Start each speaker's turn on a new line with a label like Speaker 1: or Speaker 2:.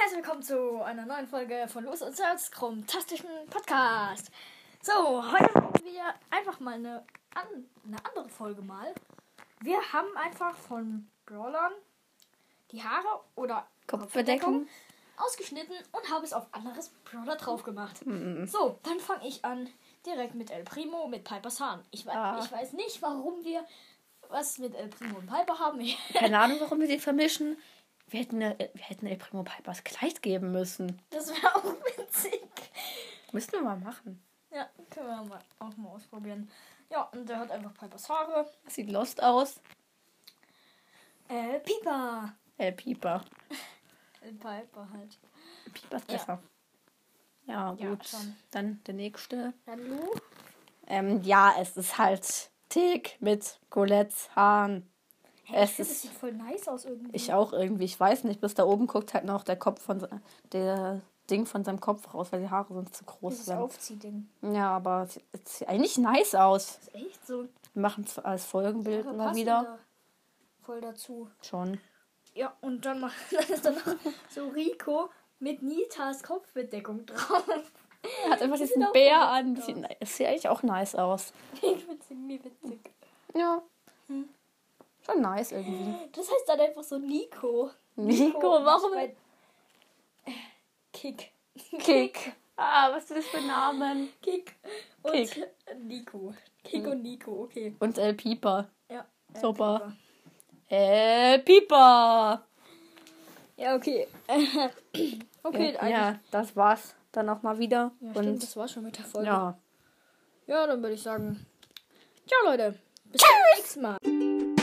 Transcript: Speaker 1: herzlich willkommen zu einer neuen Folge von Los und Salz, tastischen Podcast. So, heute machen wir einfach mal eine, an, eine andere Folge mal. Wir haben einfach von Brawlern die Haare oder
Speaker 2: Kopfbedeckung.
Speaker 1: ausgeschnitten und habe es auf anderes Brawler drauf gemacht. So, dann fange ich an direkt mit El Primo, mit Pipers Haaren. Ich, wei-
Speaker 2: Ah.
Speaker 1: ich weiß nicht, warum wir was mit El Primo und Piper haben.
Speaker 2: Keine Ahnung, warum wir den vermischen. Wir hätten, äh, wir hätten El Primo Pipers Kleid geben müssen.
Speaker 1: Das wäre auch witzig.
Speaker 2: Müssten wir mal machen.
Speaker 1: Ja, können wir mal, auch mal ausprobieren. Ja, und der hat einfach Pipers Haare.
Speaker 2: Das sieht lost aus.
Speaker 1: Äh, Piper.
Speaker 2: El Pieper.
Speaker 1: Äh, Piper halt.
Speaker 2: Pieper ist
Speaker 1: Ja.
Speaker 2: besser. Ja,
Speaker 1: Ja,
Speaker 2: gut.
Speaker 1: schon.
Speaker 2: Dann der nächste.
Speaker 1: Dann du?
Speaker 2: Ähm, ja, es ist halt Tick mit Colettes Haaren.
Speaker 1: Hey,
Speaker 2: Es
Speaker 1: ich find,
Speaker 2: ist-
Speaker 1: das sieht voll nice aus irgendwie.
Speaker 2: Ich auch irgendwie. Ich weiß nicht, bis da oben guckt halt noch der Kopf von se- der Ding von seinem Kopf raus, weil die Haare sind zu groß.
Speaker 1: Dieses
Speaker 2: Sind.
Speaker 1: Aufziehding.
Speaker 2: Ja, aber es es sieht eigentlich nice aus.
Speaker 1: Das ist echt so.
Speaker 2: Wir machen es als Folgenbild
Speaker 1: Haare
Speaker 2: mal
Speaker 1: passen
Speaker 2: wieder.
Speaker 1: da Voll dazu.
Speaker 2: Schon.
Speaker 1: Ja, und dann, mach, dann ist da noch so Rico mit Nitas Kopfbedeckung drauf.
Speaker 2: Er hat einfach
Speaker 1: sieht
Speaker 2: diesen
Speaker 1: auch witzig
Speaker 2: Bär an.
Speaker 1: aus.
Speaker 2: Sieht, ni- es sieht eigentlich auch nice aus.
Speaker 1: ich find's irgendwie witzig.
Speaker 2: Ja. Hm. Schon nice irgendwie.
Speaker 1: Das heißt dann einfach so Nico.
Speaker 2: Nico, warum-
Speaker 1: nicht bei- Kick.
Speaker 2: Kick. Ah, was ist das für ein Namen?
Speaker 1: Kick und
Speaker 2: Kick.
Speaker 1: Nico. Kick und Nico, okay.
Speaker 2: Und El Pieper.
Speaker 1: Ja.
Speaker 2: Super.
Speaker 1: Pieper.
Speaker 2: El Pieper.
Speaker 1: Ja, okay. okay,
Speaker 2: ja, ja, das war's. Dann auch mal wieder.
Speaker 1: Ja, stimmt,
Speaker 2: Und
Speaker 1: das war schon mit der Folge.
Speaker 2: ja.
Speaker 1: ja dann würde ich sagen, ciao Leute. Bis zum nächsten Mal.